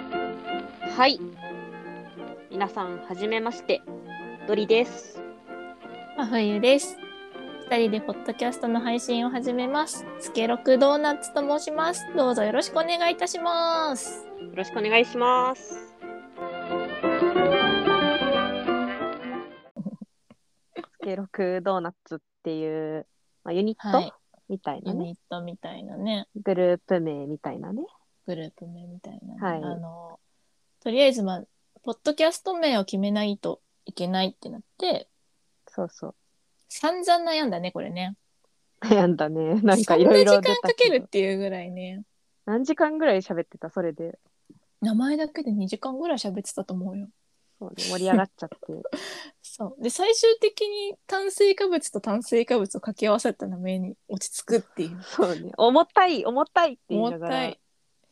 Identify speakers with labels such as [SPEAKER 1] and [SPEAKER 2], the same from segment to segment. [SPEAKER 1] はい。皆さん、はじめまして。ドリです。
[SPEAKER 2] 真冬です。二人でポッドキャストの配信を始めます。スケロクドーナツと申します。どうぞよろしくお願いいたします。
[SPEAKER 1] よろしくお願いします。スケロクドーナツっていう、まあ、ユニッ
[SPEAKER 2] はい
[SPEAKER 1] ト。みたいな
[SPEAKER 2] ユ
[SPEAKER 1] ね、
[SPEAKER 2] ニットみたいなね、
[SPEAKER 1] グループ名みたいなね。
[SPEAKER 2] グループ名みたいな、ね
[SPEAKER 1] はい
[SPEAKER 2] あの、とりあえずまあ、ポッドキャスト名を決めないといけないってなって、
[SPEAKER 1] そうそう。
[SPEAKER 2] 散々悩んだね、これね。
[SPEAKER 1] 悩んだ ね。なんかいろいろ
[SPEAKER 2] そんな時間かけるっていうぐらいね。
[SPEAKER 1] 何時間ぐらい喋ってたそれで。
[SPEAKER 2] 名前だけで2時間ぐらい喋ってたと思うよ。
[SPEAKER 1] そうね、盛り上がっちゃ って。
[SPEAKER 2] そう。で、最終的に炭水化物と炭水化物を掛け合わせたの目に落ち着くっていう。
[SPEAKER 1] そうね。重たい、重たいって言い
[SPEAKER 2] 重
[SPEAKER 1] なが
[SPEAKER 2] た
[SPEAKER 1] ら
[SPEAKER 2] い。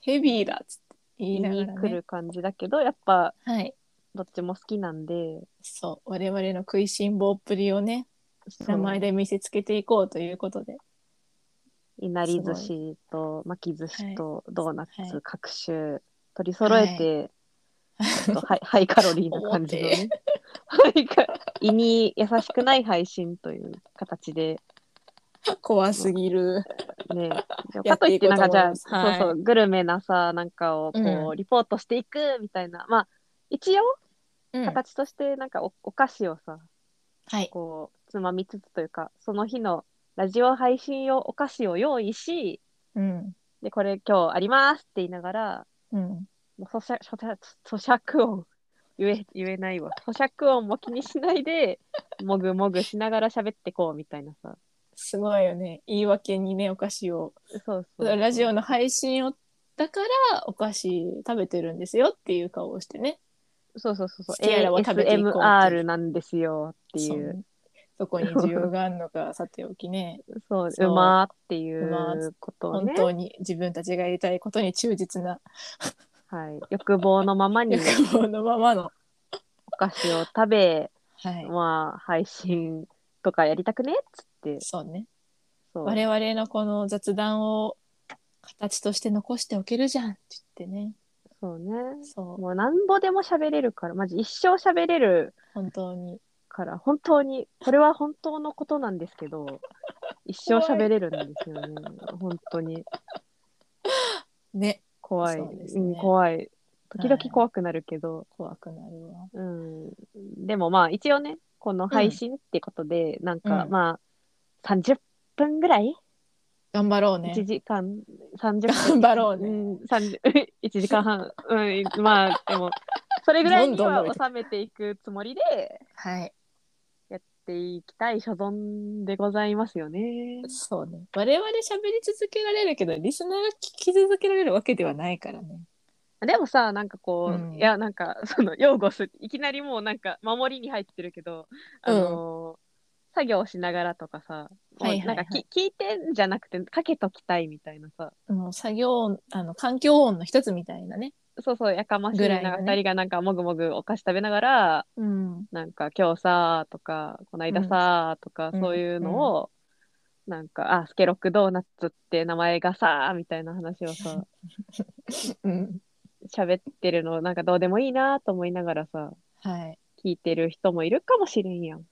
[SPEAKER 2] ヘビーだっつって
[SPEAKER 1] 言
[SPEAKER 2] 言い
[SPEAKER 1] い
[SPEAKER 2] なが
[SPEAKER 1] に
[SPEAKER 2] ら、
[SPEAKER 1] 来
[SPEAKER 2] ね。
[SPEAKER 1] る感じだけど、やっぱ
[SPEAKER 2] はい。
[SPEAKER 1] どっちも好きなんで。
[SPEAKER 2] そう。我々の食いしん坊っぷりをね、
[SPEAKER 1] そう
[SPEAKER 2] 名前で見せつけていこうということで。
[SPEAKER 1] いなり寿司と巻き寿司とドーナツ
[SPEAKER 2] はい
[SPEAKER 1] 各種取り揃えて、ちょっとハイ ハイカロリーな感じのね。ハイカ胃に優しくない配信という形で
[SPEAKER 2] 怖すぎる。
[SPEAKER 1] ね。か
[SPEAKER 2] やっ
[SPEAKER 1] と
[SPEAKER 2] て
[SPEAKER 1] い
[SPEAKER 2] い
[SPEAKER 1] って
[SPEAKER 2] こう
[SPEAKER 1] なんか
[SPEAKER 2] と思
[SPEAKER 1] じゃ
[SPEAKER 2] い
[SPEAKER 1] あ、
[SPEAKER 2] ますはい
[SPEAKER 1] そうそうグルメなさなんかをこう、
[SPEAKER 2] う
[SPEAKER 1] リポートしていくみたいなまあ一応
[SPEAKER 2] うん、は
[SPEAKER 1] 形としてなんかおお菓子をさ
[SPEAKER 2] い。
[SPEAKER 1] こうつまみつつというかその日のラジオ配信用お菓子を用意し
[SPEAKER 2] うん。
[SPEAKER 1] でこれ今日ありますって言いながら
[SPEAKER 2] うん。
[SPEAKER 1] もう咀嚼咀嚼咀嚼音言え言えないわ咀嚼音も気にしないでもぐもぐしながら喋ってこうみたいなさ
[SPEAKER 2] すごいよね。言い訳にね、お菓子を。
[SPEAKER 1] そうそう
[SPEAKER 2] ラジオの配信を、だからお菓子食べてるんですよっていう顔をしてね。
[SPEAKER 1] そうそうそうそう
[SPEAKER 2] 好きやらは食べていこうっていう
[SPEAKER 1] ASMR なんですよっていう
[SPEAKER 2] そこに需要があるのかさておき ね
[SPEAKER 1] そう
[SPEAKER 2] そう
[SPEAKER 1] うまーっていう
[SPEAKER 2] まー
[SPEAKER 1] うことを
[SPEAKER 2] 本
[SPEAKER 1] ね、
[SPEAKER 2] 当に自分たちがやりたいことに忠実な
[SPEAKER 1] はい、欲望のままに
[SPEAKER 2] 欲 望のままの、
[SPEAKER 1] お菓子を食べ
[SPEAKER 2] はい、
[SPEAKER 1] まあ配信とかやりたくねっつって
[SPEAKER 2] そうね
[SPEAKER 1] そう
[SPEAKER 2] 我々のこの雑談を形として残しておけるじゃんって言ってね
[SPEAKER 1] そうね
[SPEAKER 2] そう
[SPEAKER 1] もうなんぼでも喋れるからマジ一生喋れる
[SPEAKER 2] 本当に
[SPEAKER 1] から本当にこれは本当のことなんですけ ど一生喋れるんですよね本当に
[SPEAKER 2] ね
[SPEAKER 1] 怖い
[SPEAKER 2] そうですね
[SPEAKER 1] ん、怖い時々
[SPEAKER 2] はい
[SPEAKER 1] 怖くなるけど、
[SPEAKER 2] 怖くなるわ
[SPEAKER 1] うん、でもまあ一応ねこの配信ってことで、なんか
[SPEAKER 2] うん
[SPEAKER 1] まあ30分ぐらい、
[SPEAKER 2] 頑張ろうね
[SPEAKER 1] 1時間30分
[SPEAKER 2] 頑張ろう
[SPEAKER 1] う
[SPEAKER 2] ね
[SPEAKER 1] ん、30 1時間半、うん、まあでもそれぐらいに
[SPEAKER 2] ど
[SPEAKER 1] は
[SPEAKER 2] んどん
[SPEAKER 1] 収めていくつもりで
[SPEAKER 2] はい
[SPEAKER 1] やっていきたい所存でございますよね。
[SPEAKER 2] そうね我々喋り続けられるけどリスナーが聞き続けられるわけではないからね
[SPEAKER 1] でもさなんかこう、
[SPEAKER 2] うん
[SPEAKER 1] いやなんか その擁護するいきなりもうなんか守りに入ってるけど、あのー作業しながらとかさも
[SPEAKER 2] は
[SPEAKER 1] う
[SPEAKER 2] いは
[SPEAKER 1] な
[SPEAKER 2] い
[SPEAKER 1] ん
[SPEAKER 2] は
[SPEAKER 1] か
[SPEAKER 2] い
[SPEAKER 1] き、聞いてんじゃなくてかけときたいみたいなさ
[SPEAKER 2] もう作業音あの環境音の一つみたいなね
[SPEAKER 1] そうそうやかましい
[SPEAKER 2] ぐらいの
[SPEAKER 1] なん
[SPEAKER 2] ね
[SPEAKER 1] か2人がなんかもぐもぐお菓子食べながら
[SPEAKER 2] うん
[SPEAKER 1] なんか今日さとかこないださとか、
[SPEAKER 2] うん
[SPEAKER 1] そういうのを、なんかあスケロックドーナッツって名前がさみたいな話をさ
[SPEAKER 2] うん
[SPEAKER 1] 喋ってるのなんかどうでもいいなと思いながらさ
[SPEAKER 2] はい
[SPEAKER 1] 聞いてる人もいるかもしれんやん。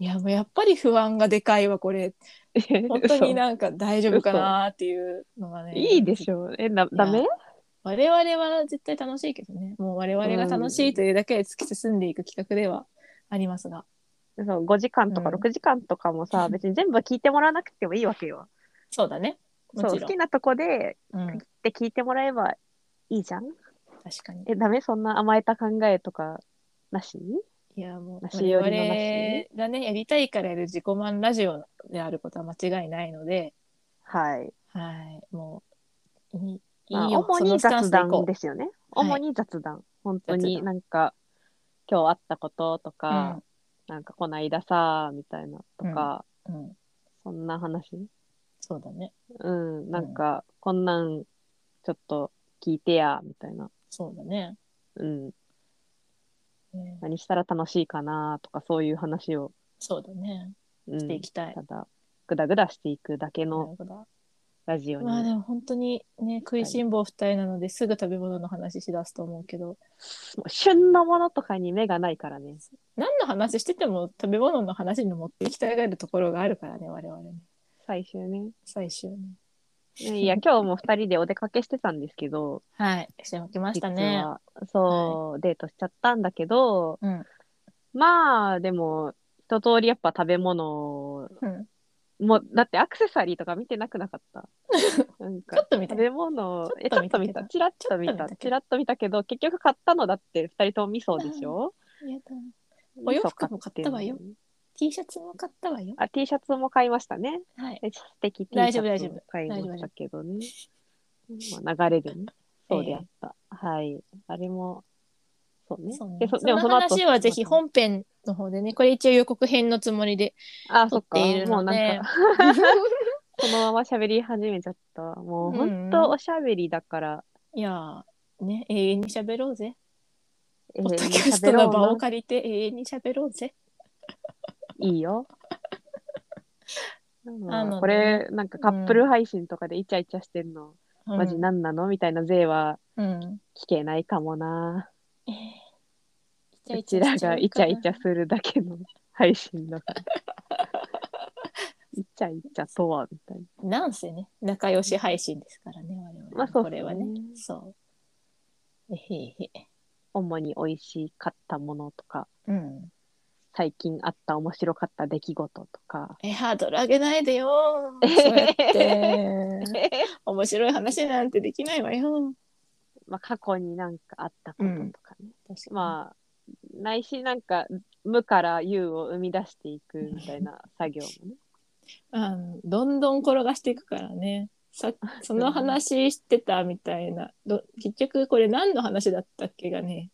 [SPEAKER 2] いやもうやっぱり不安がでかいわこれ 本当になんか大丈夫かなっていうのが
[SPEAKER 1] 嘘
[SPEAKER 2] ね
[SPEAKER 1] いいでしょえなダメ
[SPEAKER 2] 我々は絶対楽しいけどねもう我々が楽しいというだけで突き進んでいく企画ではありますが、
[SPEAKER 1] そう5時間とか
[SPEAKER 2] うん
[SPEAKER 1] 6時間とかもさ、
[SPEAKER 2] うん
[SPEAKER 1] 別に全部聞いてもらわなくてもいいわけよ。
[SPEAKER 2] そうだねも
[SPEAKER 1] そう
[SPEAKER 2] ち
[SPEAKER 1] 好
[SPEAKER 2] ろん
[SPEAKER 1] きなとこで
[SPEAKER 2] うん、確
[SPEAKER 1] って聞いてもらえばいいじゃん
[SPEAKER 2] かに
[SPEAKER 1] えダメそんな甘えた考えとかなし
[SPEAKER 2] いやもう
[SPEAKER 1] なし
[SPEAKER 2] 我
[SPEAKER 1] よ
[SPEAKER 2] 々
[SPEAKER 1] りのなし
[SPEAKER 2] がねやりたいからやる自己満ラジオであることは間違いないので
[SPEAKER 1] はい。
[SPEAKER 2] はいもういいいい
[SPEAKER 1] まあ、
[SPEAKER 2] よ
[SPEAKER 1] 主
[SPEAKER 2] その
[SPEAKER 1] に
[SPEAKER 2] スタン
[SPEAKER 1] 雑
[SPEAKER 2] スでいこ
[SPEAKER 1] 談
[SPEAKER 2] う
[SPEAKER 1] ですよね。
[SPEAKER 2] はい
[SPEAKER 1] 主に雑談。本当
[SPEAKER 2] 雑
[SPEAKER 1] に
[SPEAKER 2] 談
[SPEAKER 1] なんか今日あったことと
[SPEAKER 2] う
[SPEAKER 1] か、
[SPEAKER 2] ん
[SPEAKER 1] なんかこないださみたいなとか、
[SPEAKER 2] うん、
[SPEAKER 1] そんな話。
[SPEAKER 2] そうだね
[SPEAKER 1] うん、なんか、こんなん、ちょっと聞いてや、みたいな。
[SPEAKER 2] そうだね
[SPEAKER 1] うん、
[SPEAKER 2] ね
[SPEAKER 1] 何したら楽しいかな、とか、そういう話を、
[SPEAKER 2] そうだね
[SPEAKER 1] うん、
[SPEAKER 2] していきたい、
[SPEAKER 1] ただ、ぐだぐだしていくだけ
[SPEAKER 2] なる
[SPEAKER 1] の
[SPEAKER 2] ほど
[SPEAKER 1] ラジオに。
[SPEAKER 2] まあでも本当にね食いしん坊二人なのですぐ食べ物の話しだすと思うけど、
[SPEAKER 1] もう旬のものとかに目がないからね。
[SPEAKER 2] 何の話してても食べ物の話に持ってきたがるところがあるからね我々ね
[SPEAKER 1] 最終 ね。
[SPEAKER 2] 最終ね
[SPEAKER 1] いや、今日も二人でお出かけしてたんですけど、
[SPEAKER 2] はいしておきました
[SPEAKER 1] 実
[SPEAKER 2] ね
[SPEAKER 1] はそう、デートしちゃったんだけど、
[SPEAKER 2] うん、
[SPEAKER 1] まあ、でも、一通りやっぱ食べ物
[SPEAKER 2] うん、
[SPEAKER 1] もうだってアクセサリーとか見てなくなか った。なん
[SPEAKER 2] ちょ
[SPEAKER 1] か
[SPEAKER 2] っと見た
[SPEAKER 1] 食べ物え
[SPEAKER 2] ち
[SPEAKER 1] ちょ
[SPEAKER 2] ょっ
[SPEAKER 1] っ
[SPEAKER 2] と
[SPEAKER 1] と
[SPEAKER 2] 見
[SPEAKER 1] 見
[SPEAKER 2] た
[SPEAKER 1] た。ちらっと見
[SPEAKER 2] ちょっと見た
[SPEAKER 1] た
[SPEAKER 2] け。ど
[SPEAKER 1] ちらっと見たけど、結局買ったのだって二人とも味噌でしょ
[SPEAKER 2] お洋服も買ったわ
[SPEAKER 1] 味噌
[SPEAKER 2] よ
[SPEAKER 1] 買ってんのに
[SPEAKER 2] T シャツも買ったわよ
[SPEAKER 1] あ、T シャツも買いましたね。
[SPEAKER 2] はい
[SPEAKER 1] え素敵 T シ
[SPEAKER 2] 大丈夫
[SPEAKER 1] ャツも買いま
[SPEAKER 2] 大丈夫
[SPEAKER 1] したけどね。まあ、流れで ね。そうであった。はい。あれも、そうね。
[SPEAKER 2] そうね
[SPEAKER 1] で
[SPEAKER 2] そ
[SPEAKER 1] そでも
[SPEAKER 2] の
[SPEAKER 1] その後
[SPEAKER 2] 話はぜひ本編の方でねこれ一応予告編のつもりで
[SPEAKER 1] あ、
[SPEAKER 2] 撮
[SPEAKER 1] そ
[SPEAKER 2] っ
[SPEAKER 1] っか。
[SPEAKER 2] ている
[SPEAKER 1] もう
[SPEAKER 2] の
[SPEAKER 1] な
[SPEAKER 2] で
[SPEAKER 1] んか、そのまま喋り始めちゃった。もう、本当おしゃべりだから。
[SPEAKER 2] いやーね永遠に喋ろうぜ
[SPEAKER 1] え
[SPEAKER 2] ポッドキャス
[SPEAKER 1] 喋
[SPEAKER 2] ト
[SPEAKER 1] ろう
[SPEAKER 2] の
[SPEAKER 1] な
[SPEAKER 2] 場を借りて永遠に喋ろうぜ
[SPEAKER 1] いい よ。
[SPEAKER 2] あのね
[SPEAKER 1] これなんかカップル配信とかでイチャイチャしてんの、
[SPEAKER 2] うん
[SPEAKER 1] マジなんなのみたいな税は
[SPEAKER 2] うん
[SPEAKER 1] 聞けないかもな、
[SPEAKER 2] えー
[SPEAKER 1] うちらがイチャイチャするだけの配信だ からイチャイチャとはみたい
[SPEAKER 2] なんせね、仲良し配信ですからね、我々は。
[SPEAKER 1] まあそう
[SPEAKER 2] こ
[SPEAKER 1] っすね
[SPEAKER 2] れはね。そう。えへへ。
[SPEAKER 1] な主に美味しかったものとか
[SPEAKER 2] うん。
[SPEAKER 1] 最近あった面白かった出来事とか
[SPEAKER 2] え、ハードル上げないでよ。そうや って。面白い話なんてできないわよ。
[SPEAKER 1] まあ過去になんかあったこととかね、
[SPEAKER 2] あ、
[SPEAKER 1] まあないしなんか無から有を生み出していくみたいな作業も ね
[SPEAKER 2] あのどんどん転がしていくからね。さその話してたみたいなど結局これ何の話だったっけがね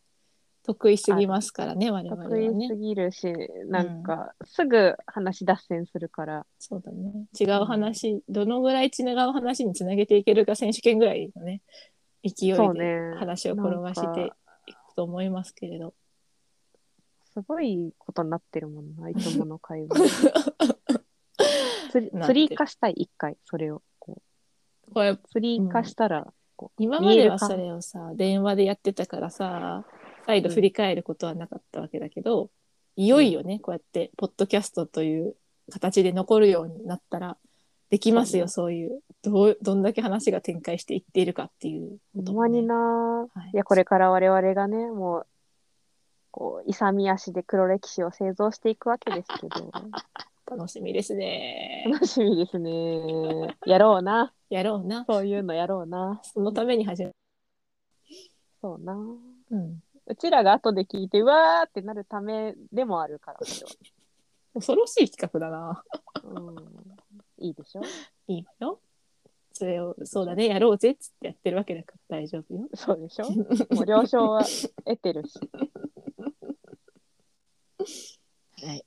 [SPEAKER 2] 得意すぎますからね我々は
[SPEAKER 1] 得意
[SPEAKER 2] ね
[SPEAKER 1] すぎるし、なんかすぐ話脱線するから、
[SPEAKER 2] そうだね。違う話、どのぐらい違う話につなげていけるか選手権ぐらいのね、勢いで
[SPEAKER 1] そうね
[SPEAKER 2] 話を転がし
[SPEAKER 1] なん
[SPEAKER 2] て
[SPEAKER 1] か
[SPEAKER 2] いくと思いますけれど。
[SPEAKER 1] すごいことになってるもんな、いつもの会 話。釣り
[SPEAKER 2] なってる
[SPEAKER 1] 釣り化したい、一回、それを。こ
[SPEAKER 2] これ
[SPEAKER 1] う釣り化したら、こう
[SPEAKER 2] 今までは
[SPEAKER 1] 見える
[SPEAKER 2] そ
[SPEAKER 1] 感
[SPEAKER 2] れをさ、電話でやってたからさ、再度振り返ることはなかったわけだけど、いよいよね、こうやって、ポッドキャストという形で残るようになったら、できますよ、そういう。どう、どんだけ話が展開していっているかっていうこ
[SPEAKER 1] ほ
[SPEAKER 2] と
[SPEAKER 1] ん
[SPEAKER 2] も
[SPEAKER 1] ま
[SPEAKER 2] ね、
[SPEAKER 1] にな。
[SPEAKER 2] はい
[SPEAKER 1] いや、これから我々がね、もう、こう、勇み足で黒歴史を製造していくわけですけ ど、
[SPEAKER 2] 楽しみですね。
[SPEAKER 1] 楽しみですね。やろうな。
[SPEAKER 2] やろうな。
[SPEAKER 1] そういうのやろうな。
[SPEAKER 2] そのために始め
[SPEAKER 1] そうな。
[SPEAKER 2] うん、
[SPEAKER 1] うちらが後で聞いて、うわーってなるためでもあるから、それは。
[SPEAKER 2] 恐ろしい企画だな。
[SPEAKER 1] うん、いいでしょ
[SPEAKER 2] いいわよ。それを、そうだね、やろうぜっつってやってるわけだから大丈夫よ。
[SPEAKER 1] そうでしょもう了承は得てるし。
[SPEAKER 2] はい。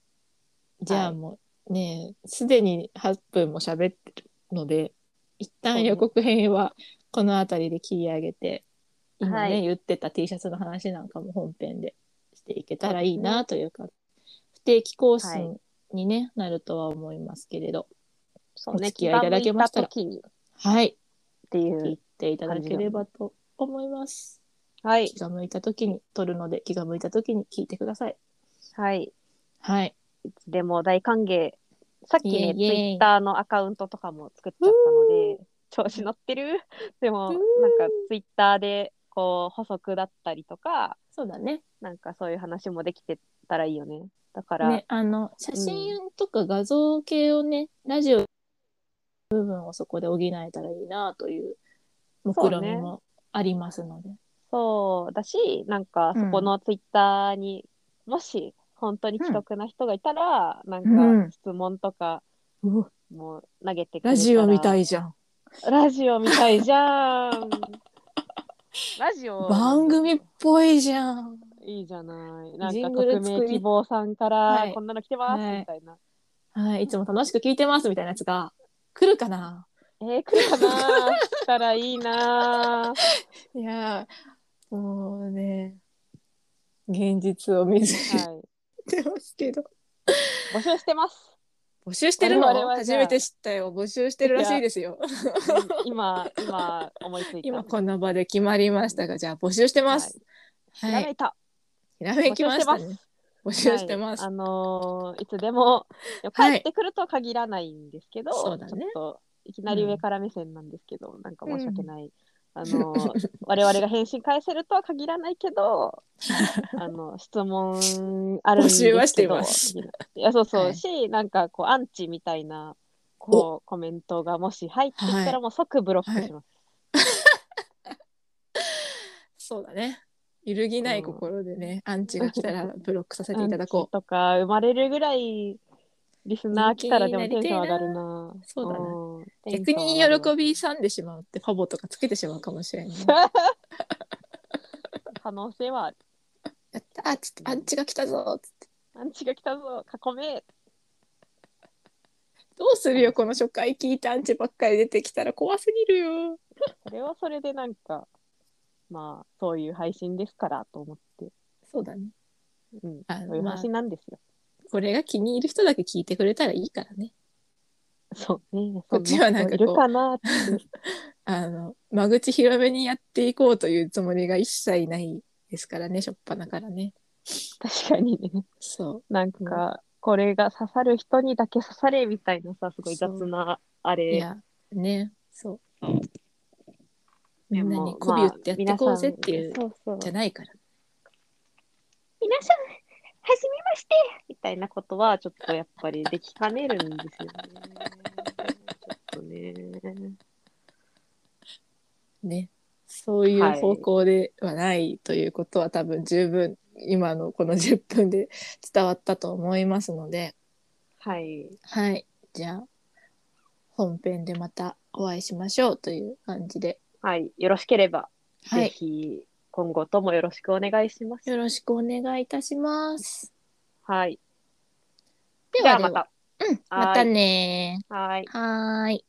[SPEAKER 2] じゃあもう、ねえすでに8分も喋ってるので、一旦予告編はこの辺りで切り上げて、今ね、
[SPEAKER 1] はい
[SPEAKER 2] 言ってた T シャツの話なんかも本編でしていけたらいいなというか、不定期更新に、ねなるとは思いますけれど、
[SPEAKER 1] そうね、
[SPEAKER 2] お付き合いいただけましたら
[SPEAKER 1] 気が向いた時に
[SPEAKER 2] はい、
[SPEAKER 1] ってい
[SPEAKER 2] 聞
[SPEAKER 1] う
[SPEAKER 2] い。ていただければと思います。
[SPEAKER 1] はい
[SPEAKER 2] 気。が向いた時に撮るので気が向いた時に聞いてください。
[SPEAKER 1] はい。
[SPEAKER 2] はい。
[SPEAKER 1] いつでも大歓迎。さっきね、
[SPEAKER 2] イエイイエイ
[SPEAKER 1] Twitter のアカウントとかも作っちゃったので、調子乗ってるでも、
[SPEAKER 2] う
[SPEAKER 1] なんんか Twitter で、こう、補足だったりとか、
[SPEAKER 2] そうだね。
[SPEAKER 1] なんかそういう話もできてたらいいよね。だから、
[SPEAKER 2] ね、あの写真とか画像系をね、ラジオの部分をそこで補えたらいいなという目論みもありますので。
[SPEAKER 1] そうだし、なんかそこのツイッターに、もし本当に既得な人がいたら、なんか質問とか
[SPEAKER 2] うわ
[SPEAKER 1] もう投げてくれたら、
[SPEAKER 2] ラジオみた
[SPEAKER 1] い。
[SPEAKER 2] いじゃん。
[SPEAKER 1] ラジオみたいじゃ ん。ラジオ。
[SPEAKER 2] 番組っぽいじゃん。
[SPEAKER 1] いいじゃない。
[SPEAKER 2] ジ
[SPEAKER 1] な
[SPEAKER 2] ン
[SPEAKER 1] ん
[SPEAKER 2] グ
[SPEAKER 1] か
[SPEAKER 2] ル
[SPEAKER 1] 匿
[SPEAKER 2] 作
[SPEAKER 1] 名
[SPEAKER 2] り
[SPEAKER 1] 希望さんか
[SPEAKER 2] は
[SPEAKER 1] ら
[SPEAKER 2] い
[SPEAKER 1] こんなの来てます
[SPEAKER 2] はい
[SPEAKER 1] みたいな。
[SPEAKER 2] はい、いつも楽しく聞いてますみたいなやつが来るかな。
[SPEAKER 1] えー、来るかな来たらいい ない
[SPEAKER 2] やー、もうね、現実を見せ
[SPEAKER 1] はい。
[SPEAKER 2] てますけど。
[SPEAKER 1] 募集してます。
[SPEAKER 2] 募集してるの
[SPEAKER 1] 我々はじ
[SPEAKER 2] 初
[SPEAKER 1] ゃあ
[SPEAKER 2] めて知ったよ。募集してるらしいですよ。
[SPEAKER 1] 今、今、思いついた。
[SPEAKER 2] 今この場で決まりましたが、じゃあ募集してます。は。
[SPEAKER 1] はいい。ひらめいた。
[SPEAKER 2] ひらめきました、ね。募集してます。
[SPEAKER 1] はいあのーいつでも
[SPEAKER 2] はい
[SPEAKER 1] 帰ってくるとは限らないんですけど、
[SPEAKER 2] そうだね
[SPEAKER 1] ちょっといきなり上から目線なんですけど、なんか申し訳ない、あの ー我々が返信返せるとは限らないけどあの質問あるんですけど
[SPEAKER 2] 募集はしてます
[SPEAKER 1] いやそうそう、
[SPEAKER 2] はい
[SPEAKER 1] しなんかこうアンチみたいなこうコメントがもし入ってきた
[SPEAKER 2] は
[SPEAKER 1] らもう即ブロックします、
[SPEAKER 2] そうだね。揺るぎない心でね、アンチが来たらブロックさせて
[SPEAKER 1] ア
[SPEAKER 2] い
[SPEAKER 1] ン
[SPEAKER 2] ただこ
[SPEAKER 1] チとか生まれるぐらいリスナー来たらでもテンション上がるな
[SPEAKER 2] そうだねう。
[SPEAKER 1] うん
[SPEAKER 2] 逆に喜びさんでしまうってファボとかつけてしまうかもしれない。
[SPEAKER 1] 可能性はある。
[SPEAKER 2] やったーっつって、アンチが来たぞーっつって。
[SPEAKER 1] アンチが来たぞ、囲め。
[SPEAKER 2] どうするよ、この初回聞いたアンチばっかり出てきたら怖すぎるよ。
[SPEAKER 1] それはそれでなんか、まあ、そういう配信ですからと思って、
[SPEAKER 2] そうだね。
[SPEAKER 1] うん、
[SPEAKER 2] あ
[SPEAKER 1] そういう
[SPEAKER 2] まあ
[SPEAKER 1] 配信なんですよ。
[SPEAKER 2] これが気に入る人だけ聞いてくれたらいいからね。
[SPEAKER 1] そうね。
[SPEAKER 2] こっちはなんか
[SPEAKER 1] そ人
[SPEAKER 2] こう
[SPEAKER 1] いるかなって。
[SPEAKER 2] あの、間口広めにやっていこうというつもりが一切ないですからね、しょっぱなからね。
[SPEAKER 1] 確かに ね。
[SPEAKER 2] そ
[SPEAKER 1] なんか、これが刺さる人にだけ刺されみたいなさ、すごい雑な、あ
[SPEAKER 2] う。
[SPEAKER 1] れ。
[SPEAKER 2] いや、ね、そう。み
[SPEAKER 1] で
[SPEAKER 2] ん
[SPEAKER 1] も
[SPEAKER 2] なに媚び売ってやってこうぜっていう
[SPEAKER 1] まあ皆さんそうそう
[SPEAKER 2] じゃないから。
[SPEAKER 1] 皆さん、はじめましてみたいなことは、ちょっとやっぱりできかねるんですよね。ちょっとね。
[SPEAKER 2] ね。そういう方向ではないということは多分十分今のこの10分で伝わったと思いますので、
[SPEAKER 1] はい。
[SPEAKER 2] はい。じゃあ、本編でまたお会いしましょうという感じで。
[SPEAKER 1] はい。よろしければ、
[SPEAKER 2] は
[SPEAKER 1] ぜ
[SPEAKER 2] い。
[SPEAKER 1] ひ、今後ともよろしくお願いします。
[SPEAKER 2] よろしくお願いいたします。
[SPEAKER 1] はい。
[SPEAKER 2] で
[SPEAKER 1] では
[SPEAKER 2] は
[SPEAKER 1] ま
[SPEAKER 2] では、
[SPEAKER 1] た。
[SPEAKER 2] うん、またね
[SPEAKER 1] はい。
[SPEAKER 2] はーい。